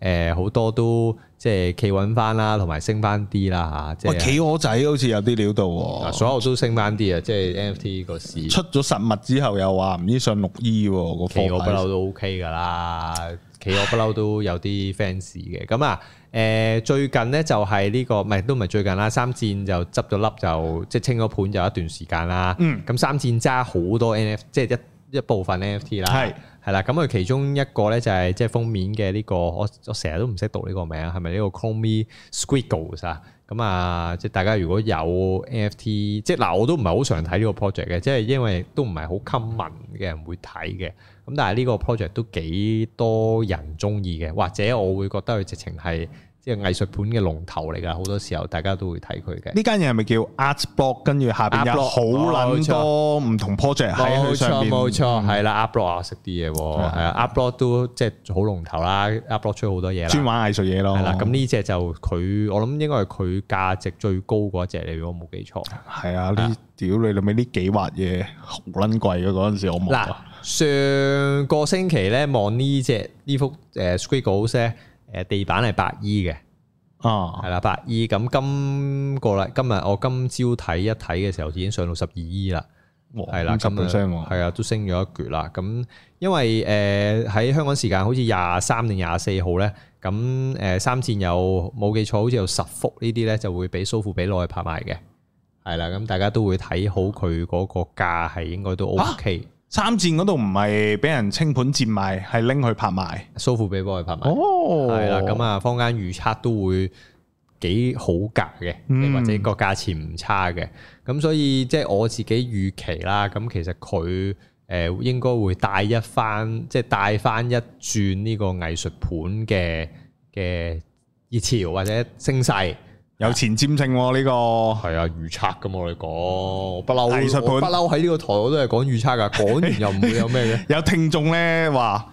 誒好、多都即係企穩翻啦，同埋升翻啲啦嚇，即係喂，哦企鵝仔好似有啲料到啊喎，所有都升翻啲啊，即係 NFT 個市，出咗實物之後又話唔知上六 E 喎個企我不嬲貨幣，都 OK 噶啦，企我不嬲都有啲 fans 嘅。咁啊，誒、最近咧就係呢、個，唔係都唔係最近啦，三箭就執咗粒就即係清咗盤有一段時間啦。嗯咁三箭揸好多 NFT，即係一一部分 NFT 啦。係係啦，咁佢其中一個咧就係即係封面嘅呢、個，我我成日都唔識讀呢個名，啊係咪呢個 c o m e Squiggles 啊？咁啊，即係大家如果有 NFT，即係嗱，我都唔係好常睇呢個 project 嘅，即係因為都唔係好 common 嘅人會睇嘅。咁但係呢個 project 都幾多人中意嘅，或者我會覺得佢直情係即係藝術盤嘅龍頭嚟㗎，好多時候大家都會睇佢嘅。呢間嘢係咪叫 Art Block？跟住下邊 Art 有 Block，好撚多唔同 project 喺佢冇上錯邊，啊冇錯，係啦，upload 啊食啲嘢喎，係係啊，upload 都即係好龍頭啦，upload 出好多嘢啦。專玩藝術嘢咯。係啦，咁呢只就佢，我諗應該係佢價值最高嗰只嚟，如果冇記錯。係啊，呢屌你老味呢幾畫嘢好撚貴嘅嗰陣時，我冇嗱啊。，上個星期咧望呢只呢幅呃誒 Squiggles 咧，誒呃地板係白衣嘅，啊係啦白衣。咁今個啦，今日我今朝睇一睇嘅時候已經上到十二衣啦。係啦，十咁 percent 啊，喎，係啊，都升咗一橛啦。咁因為誒呃喺、香港時間好似廿三定廿四號咧，咁誒、三戰有冇記錯，好似有十幅呢啲咧就會俾蘇富比攞去拍賣嘅。係啦，咁大家都會睇好佢嗰個價係應該都 OK，、三戰嗰度唔係俾人清盤賤賣，係拎去拍賣。蘇富比幫佢拍賣。哦係啦，咁，啊，坊間預測都會幾好價嘅，嗯或者個價錢唔差嘅。咁所以即係我自己預期啦。咁其實佢誒、呃、應該會帶一翻，即係帶翻一轉呢個藝術盤嘅嘅熱潮或者升勢。有前瞻性喎呢個。係啊，預測咁我哋講，我不嬲，藝術盤我不嬲喺呢個台我都係講預測㗎，講完又唔會有咩嘅。有聽眾咧話，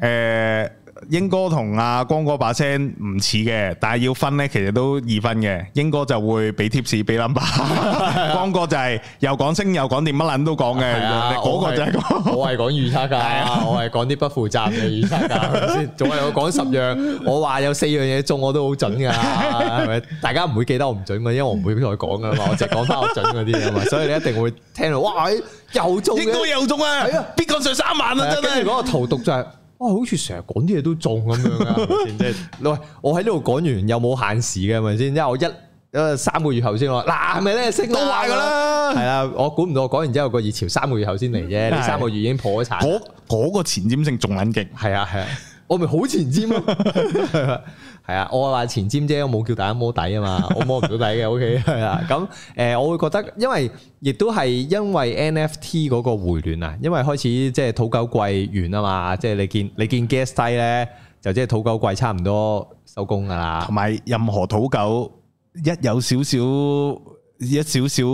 誒英哥同阿光哥把聲唔似嘅，但係要分咧，其實都易分嘅。英哥就會俾 tips 俾 number，光哥就係又講星又講電，乜撚都講嘅。係啊，嗰個就係嗰個。啊我係講預測㗎，我係講啲不負責嘅預測 㗎，係咪先？總係我講十樣，我話有四樣嘢中，我都好準㗎，係咪？大家唔會記得我唔準嘅，因為我唔會再講㗎嘛，我淨係講翻我準嗰啲啊嘛，所以你一定會聽到，哇！咦又中應嘅該，有中啊係啊！必講上三萬啦，係啊真係跟。住嗰個圖讀就係。 哇，好似成日講啲嘢都中咁樣 㗎，係咪先？即係喂，我喺呢度講完有冇限時嘅，係咪先？因為我一呃三個月後先話，嗱係咪咧升都話㗎啦係啦，我估唔到我講完之後個熱潮三個月後先嚟啫，係你三個月已經破咗產。嗰嗰個前瞻性仲撚勁。係啊係啊，我咪好前 瞻咯，係啊，我話前瞻啫，我冇叫大家摸底 啊嘛，我摸唔到底嘅，OK 係啊，咁誒、呃我會覺得，因為亦都係因為 NFT 嗰個回暖啊，因為開始即係土狗季完啊嘛，即係你見你見 gas 低咧，就即係土狗季差唔多收工噶啦同，埋任何土狗一有少少一少少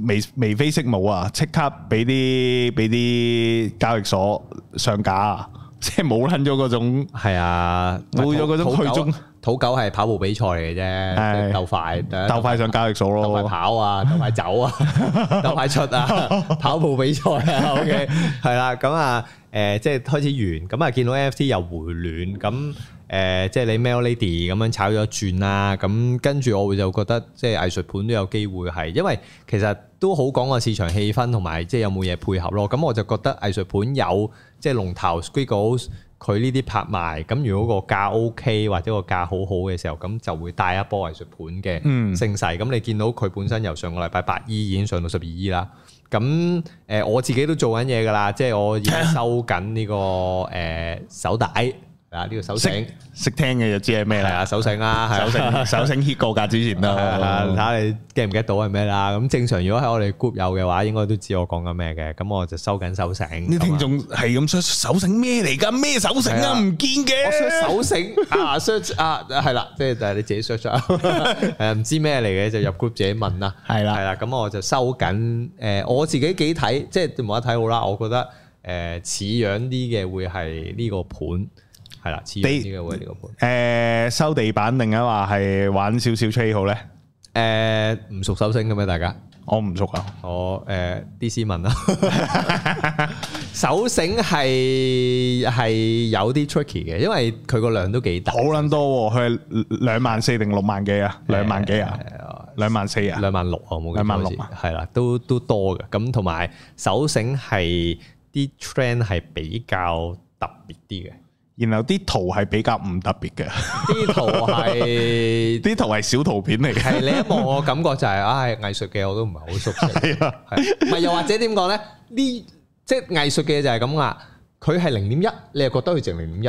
眉眉飛色舞啊，即刻俾啲俾啲交易所上架啊，即係冇撚咗嗰種。係啊，冇咗嗰種土去中土狗係跑步比賽嚟嘅啫，係鬥快鬥快上交易所鬥快咯，跑啊，鬥快走啊，鬥快出啊，跑步比賽啊，OK，係啦，咁啊，誒，即係開始完，咁啊，見到 NFT 又回暖，咁誒，即係你 Mail Lady 咁樣炒咗一轉啦，咁跟住我會就覺得，即係藝術盤都有機會係，因為其實都好講個市場氣氛同埋即係有冇嘢配合咯，咁我就覺得藝術盤有即係龍頭 Squiggles。佢呢啲拍賣，咁如果個價 OK 或者個價好好嘅時候，咁就會帶一波藝術盤嘅嗯盛勢。咁、你見到佢本身由上個禮拜八 E 已經上到十二 E 啦。咁誒、呃我自己都做緊嘢㗎啦，即係我而家收緊呢、個 誒、呃手帶啊，呢、個手繩識識聽嘅就知係咩係啦。啊，手繩啦，係啊手繩手繩 hit 過㗎，之前都係啊睇下你 get 唔 get 到係咩啦。咁正常如果喺我哋 group 有嘅話，應該都知我講緊咩嘅。咁我就收緊手繩。啲咁啊聽眾係咁出手繩咩嚟㗎？咩手繩係啊啊？唔見我 search 嘅。手繩啊，search 啊，係啦，即係就係你自己 search 啊， 誒唔知咩嚟嘅就入 group 自己問啦，係啦係啦，咁我就收緊誒，我自己幾睇，即係冇得睇好啦，我覺得誒似樣啲嘅會係呢個盤，係啦，似樣啲嘅會係呢個盤。誒收地板定係話係玩少少 trade 好咧？誒唔熟手繩嘅咩？大家我唔熟啊。我誒 D.C. 問啦， 手繩係係有啲 tricky 嘅，因為佢個量都幾大好，撚多喎，佢係兩萬四定六萬幾啊？兩萬幾啊？誒兩萬四啊？兩萬六啊，我冇記錯兩萬好似六啊係啦，都都多嘅。 咁同埋手繩係啲 trend 係比較特別啲嘅，然後啲圖係比較唔特別嘅， 啲圖係啲圖係小圖片 嚟嘅。係你一望我感覺就係、唉、藝術嘅我都唔 係好熟悉，係啊，係唔係又或者點講咧？呢即係藝術嘅就係咁啦，佢係零點一，你又覺得佢值零點一；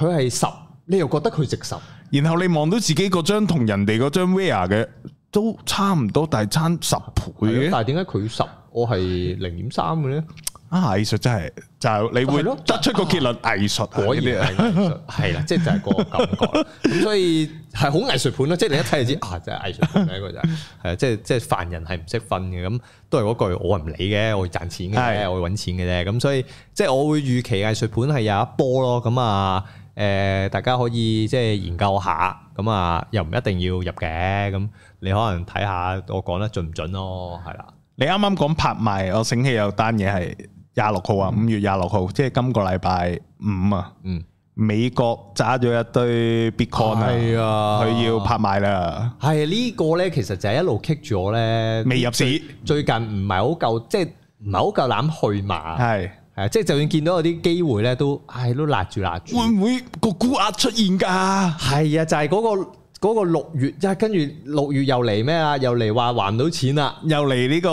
佢係十，你又覺得佢值十。然後你望到自己嗰張同人哋嗰張 wear 啊嘅都差唔多，但係差十倍係咯嘅。但係點解佢十，我係零點三嘅咧？啊，藝術真係就係你係會咯得出個 結論，藝術啊果呢啲啊然係藝 術，係啦，即係就係個感覺啦。咁所以係好藝術盤咯，即係你一睇就知啊，真係藝術盤呢個就係係啊，即係即係凡人係唔識分嘅。咁都係嗰句，我係唔理嘅，我要賺錢嘅，係我要揾錢嘅啫。咁所以即係我會預期藝術盤係有一波咯。咁啊誒，大家可以即係研究下。咁啊，又唔一定要入嘅。咁你可能睇下我講得準唔準咯，係啦。你啱啱講拍賣，我醒起有單嘢係廿六號啊，五月廿六號，即係今個禮拜五啊。嗯，美國揸咗一堆 Bitcoin 啊，係啊佢要拍賣啦，係呢個咧，其實就係一路棘住我咧，未入市，最近唔係好夠，即係唔係好夠膽去馬，係係啊，即係就算見到有啲機會咧，都唉都辣住辣住。會唔會個估壓出現㗎？係啊，就係嗰個嗰個六月，即係跟住六月又嚟咩啊？又嚟話還唔到錢啊啦。又嚟呢個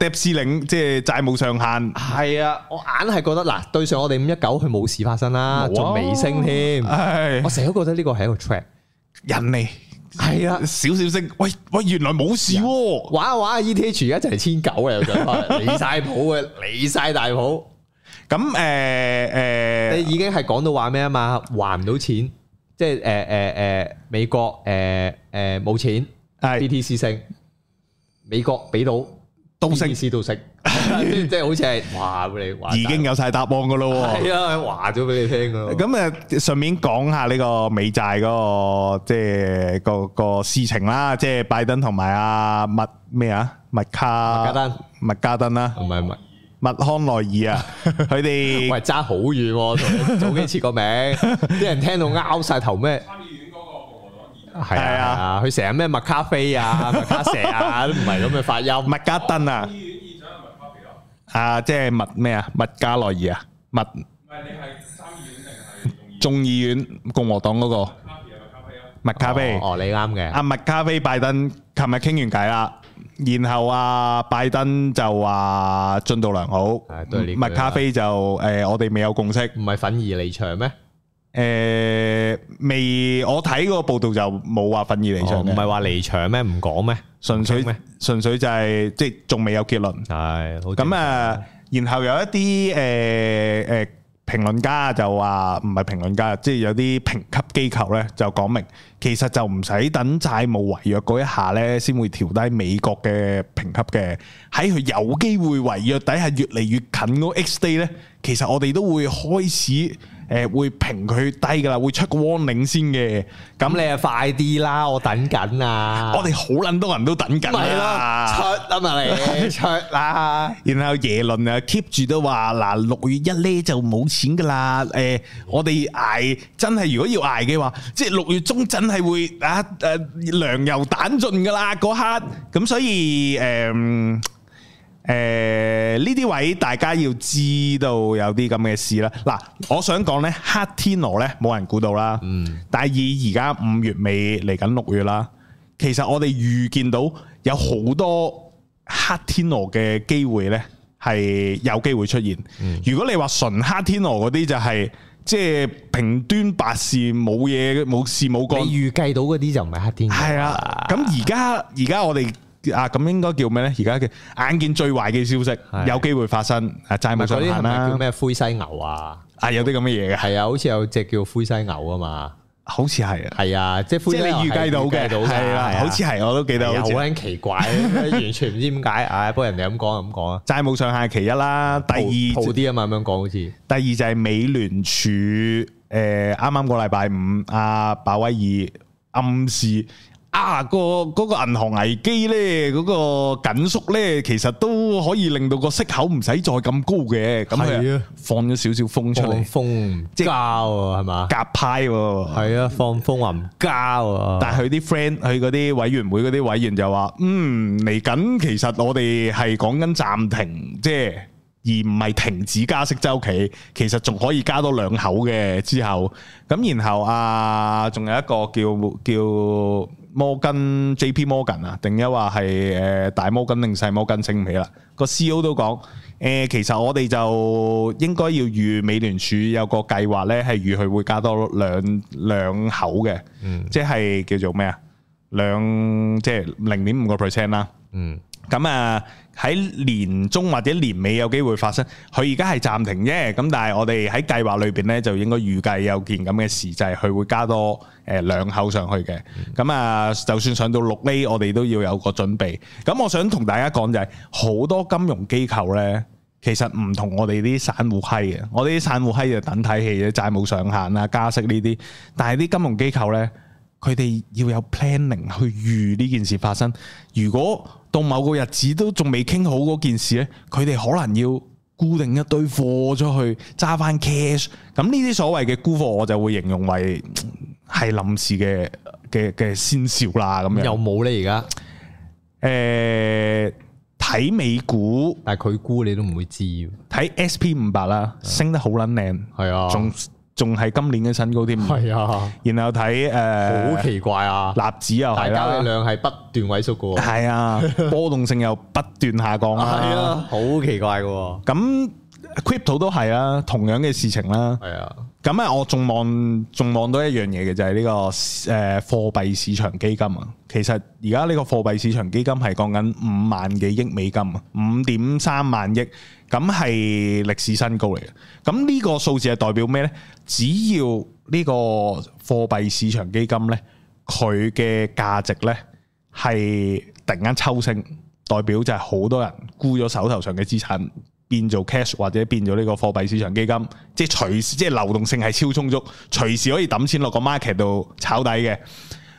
debt ceiling，即係債務上限，係啊，我硬係覺得嗱，對上我哋五一九佢冇事發生啦，冇啊仲尾聲添。唉，我成日都覺得呢個係一個 trap。人嚟係啊，少少聲，喂喂，原來冇事喎，玩下玩下 ETH，E 而家就係千九啊，又上翻嚟，離晒譜嘅，離晒大譜。咁誒你誒，已經係講到話咩啊嘛？還唔到錢，即係誒誒誒美國誒誒冇錢係，BTC 升，美國俾到都升 BTC 都 升，即即係好似係話俾你話已經有晒答案㗎咯喎。係啊，話咗俾你聽噶咯。咁誒，順便講下呢個美債嗰、個即係個個事情啦，即係拜登同埋阿麥咩啊麥麥卡加登麥加登啦，唔係唔係， 麥康奈爾啊，佢哋喂揸好遠喎，同你早幾次個名，啲人聽到拗晒頭咩？係係啊啊，佢成日咩麥咖 啡啊、麥卡石啊，都唔係咁嘅發音。麥加登啊，啊即係麥咩啊麥加奈爾啊，麥眾議院共和黨嗰、個麥卡菲。哦，哦你啱嘅。阿麥卡菲拜登琴日傾完偈啦，然後阿拜登就話進度良好係，都係呢句啦麥卡菲就誒我哋未有共識，唔係粉而離場咩？诶、未我睇嗰個報道就冇話瞓意離哦場唔嘅，係話離場咩？唔講咩？純粹傾咩純粹就係即係仲未有結論。係好咁啊，然後有一啲誒誒評論家就話唔係評論家，即係有啲評級機構咧就講明，其實就唔使等債務違約嗰一下咧，先會調低美國嘅評級嘅。喺佢有機會違約底下越嚟越近嗰個 X day 咧，其實我哋都會開始。誒會評佢低噶啦，會出個 warning 先嘅。咁咁你啊快啲啦，我等緊啊！我哋好撚多人都等緊咪咯，啦出啊嘛 你出啦！然後耶倫啊 keep 住都話嗱六月一咧就冇錢噶啦，誒、我哋捱真係如果要捱嘅話，即係六月中真係會啊誒、糧油彈盡噶啦嗰刻，咁所以誒。嗯誒呢啲位大家要知道有啲咁嘅事啦。嗱，我想講呢，黑天鵝呢冇人估到啦。嗯，但係以而家五月尾嚟緊六月啦，其實我哋預見到有好多黑天鵝嘅機會呢係有機會出現。嗯如果你話純黑天鵝嗰啲就係、即係平端白事冇嘢冇事冇你預幹。計到嗰啲就唔係黑天鵝，係啊，咁而家而家我哋啊，咁應該叫咩呢？而家嘅眼見最壞嘅消息係有機會發生啊，債務嗰上啲係限咪叫啦，咩灰犀牛啊？啊有啲咁嘅嘢嘅，係啊，好似有隻叫灰犀牛啊嘛，好似係啊，係啊，即係即灰犀係牛你預計到嘅，係預計㗎係啦，好似係我都記係得，啊好好似係撚奇怪，啊 完全唔知點解。唉，不過人哋咁講就咁講啊。債務上限其一啦，第好二啲啊嘛，咁樣講好似第二就係美聯儲呃誒啱啱個禮拜五，阿鮑威爾暗示啊個嗰個銀行危機咧，嗰個緊縮咧，其實都可以令到個息口唔使再咁高嘅，咁係佢啊哦放咗少少風出放嚟，風唔交啊，係嘛？夾派喎。係啊，放風話唔交啊，但係佢啲 friend，佢嗰啲委員會嗰啲委員就話：嗯，嚟緊其實我哋係講緊暫停，即係而唔係停止加息周期。其實仲可以加多兩口嘅之後。咁然後啊，仲有一個叫叫摩根 J.P. 摩根啊，定一話係誒大摩根定細摩根升唔起啦。個 C.O. 都講。誒、其實我哋就應該要預美聯儲有個計劃咧，係預佢會加多兩兩口嘅，即係叫做咩啊？兩即係零點五個 percent 啦。嗯咁啊喺年中或者年尾有機會發生。佢而家係暫停啫，咁但係我哋喺計劃裏邊咧就應該預計有件咁嘅事，就係、佢會加多誒兩口上去嘅。咁啊，就算上到六厘，我哋都要有個準備。咁我想同大家講就係、好多金融機構咧。其實唔同我哋啲散户閪嘅，我哋啲散户閪就等睇戲嘅，債務上限啊、加息呢啲。但係啲金融機構呢，佢哋要有 planning 去預呢件事發生。如果到某個日子都仲未傾好嗰件事呢，佢哋可能要固定一堆貨出去揸翻 cash。咁呢啲所謂嘅沽貨，我就會形容為係臨時嘅嘅嘅先兆啦咁又樣。冇咧而家，誒睇、美股。但係佢估你都唔會知喎，睇 SP 五百啦，升得好撚靚，係啊，仲仲係今年嘅新高添。係啊，然後睇好誒奇怪啊！納指又大係家嘅啦，量係不斷萎縮嘅喎，係 啊，波動性又不斷下降係啦。啊，好奇怪嘅喎，咁 crypto 都係啦，同樣嘅事情啦。係啊，咁啊，我仲望仲望到一樣嘢嘅就係呢個誒貨幣市場基金啊。其實而家呢個貨幣市場基金係講緊五萬幾億美金啊，五點三萬億，咁係歷史新高嚟嘅。咁呢個數字係代表咩呢？只要呢個貨幣市場基金呢，佢嘅價值呢係突然間抽升，代表就係好多人沽咗手頭上嘅資產。變做 cash 或者變做呢個貨幣市場基金，即係隨時即係流動性係超充足，隨時可以抌錢落個 market 度炒底嘅。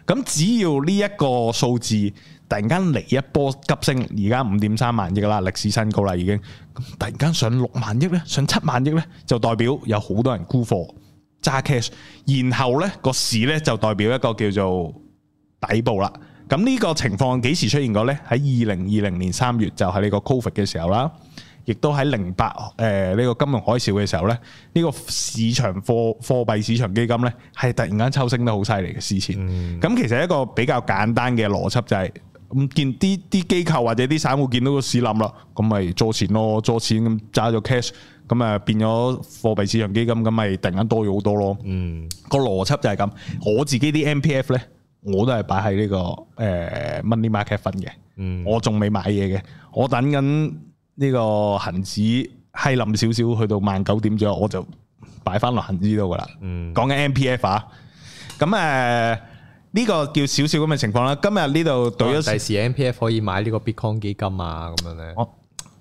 咁只要呢一個數字突然間嚟一波急升，而家五點三萬億啦，歷史新高啦已經。咁突然間上六萬億呢，上七萬億呢，就代表有好多人沽貨揸 cash，然後呢個市呢，就代表一個叫做底部啦。咁呢個情況幾時出現過呢？喺二零二零年三月就係呢個 Covid 嘅時候啦，亦都喺零八誒呢個金融海嘯嘅時候呢，呢、個市場貨貨幣市場基金呢係突然間抽升得好犀利嘅事前。咁、其實一個比較簡單嘅邏輯就係咁見啲啲機構或者啲散户見到個市冧啦，咁咪做錢咯，做錢咁揸咗 cash，咁啊變咗貨幣市場基金，咁咪突然間多咗好多咯。嗯，個邏輯就係咁。我自己啲 M P F 咧，我都係擺喺呢個誒 money market fund 嘅，嗯我仲未買嘢嘅，我等緊呢個恒指閪冧少少，去到萬九點左右，我就擺翻落恒指度噶啦。嗯講緊 M P F 啊，咁誒呢個叫少少咁嘅情況啦。今日呢度到對咗咗第。時 M P F 可以買呢個 Bitcoin 基金啊，咁樣咧，我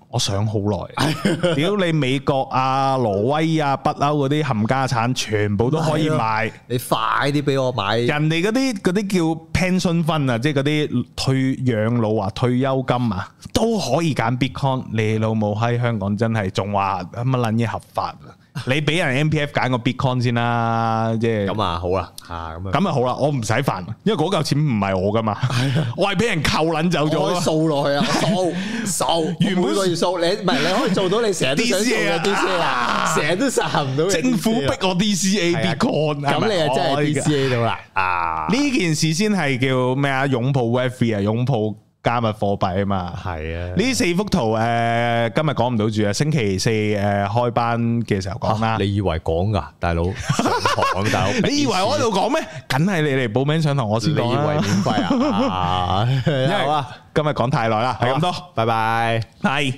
我想好耐，屌你美國啊、挪威啊、北歐嗰啲冚家產，全部都可 以係啊買。你快啲俾我買，人哋嗰啲嗰啲叫 pension fund 啊，即係嗰啲退養老啊、退休金啊，都可以揀 bitcoin。你老母喺香港真係仲話乜撚嘢合法啊？你俾人 M P F 揀個 bitcoin 先啦，即係咁啊好啦，啊咁啊，咁咪好啦，我唔使煩，因為嗰嚿錢唔係我噶嘛，我係俾人扣撚走咗啊我啊。掃落 去啊，掃掃，原本每個月掃你，唔係你可以做到你成日都想做 DCA 嘅啊 DCA 啊，成日都實行唔到嘅政府 DCA 逼啊我 D C A 係啊 bitcoin，係咪咁你啊真我而係家 DCA 到啦啊，呢件事先係叫咩啊？擁抱 w e f i 啊，擁抱加密貨幣啊嘛。係啊，呢四幅圖诶、呃今日講唔到住啊，星期四诶、呃、开班嘅時候講啦。啊你以為講㗎，大 佬上堂啊大佬，你以為我喺度講咩？梗係你嚟報名上堂，我你以先為講啦。免費啊？啊因 好為啊，今日講太耐啦，係咁多，拜拜。係。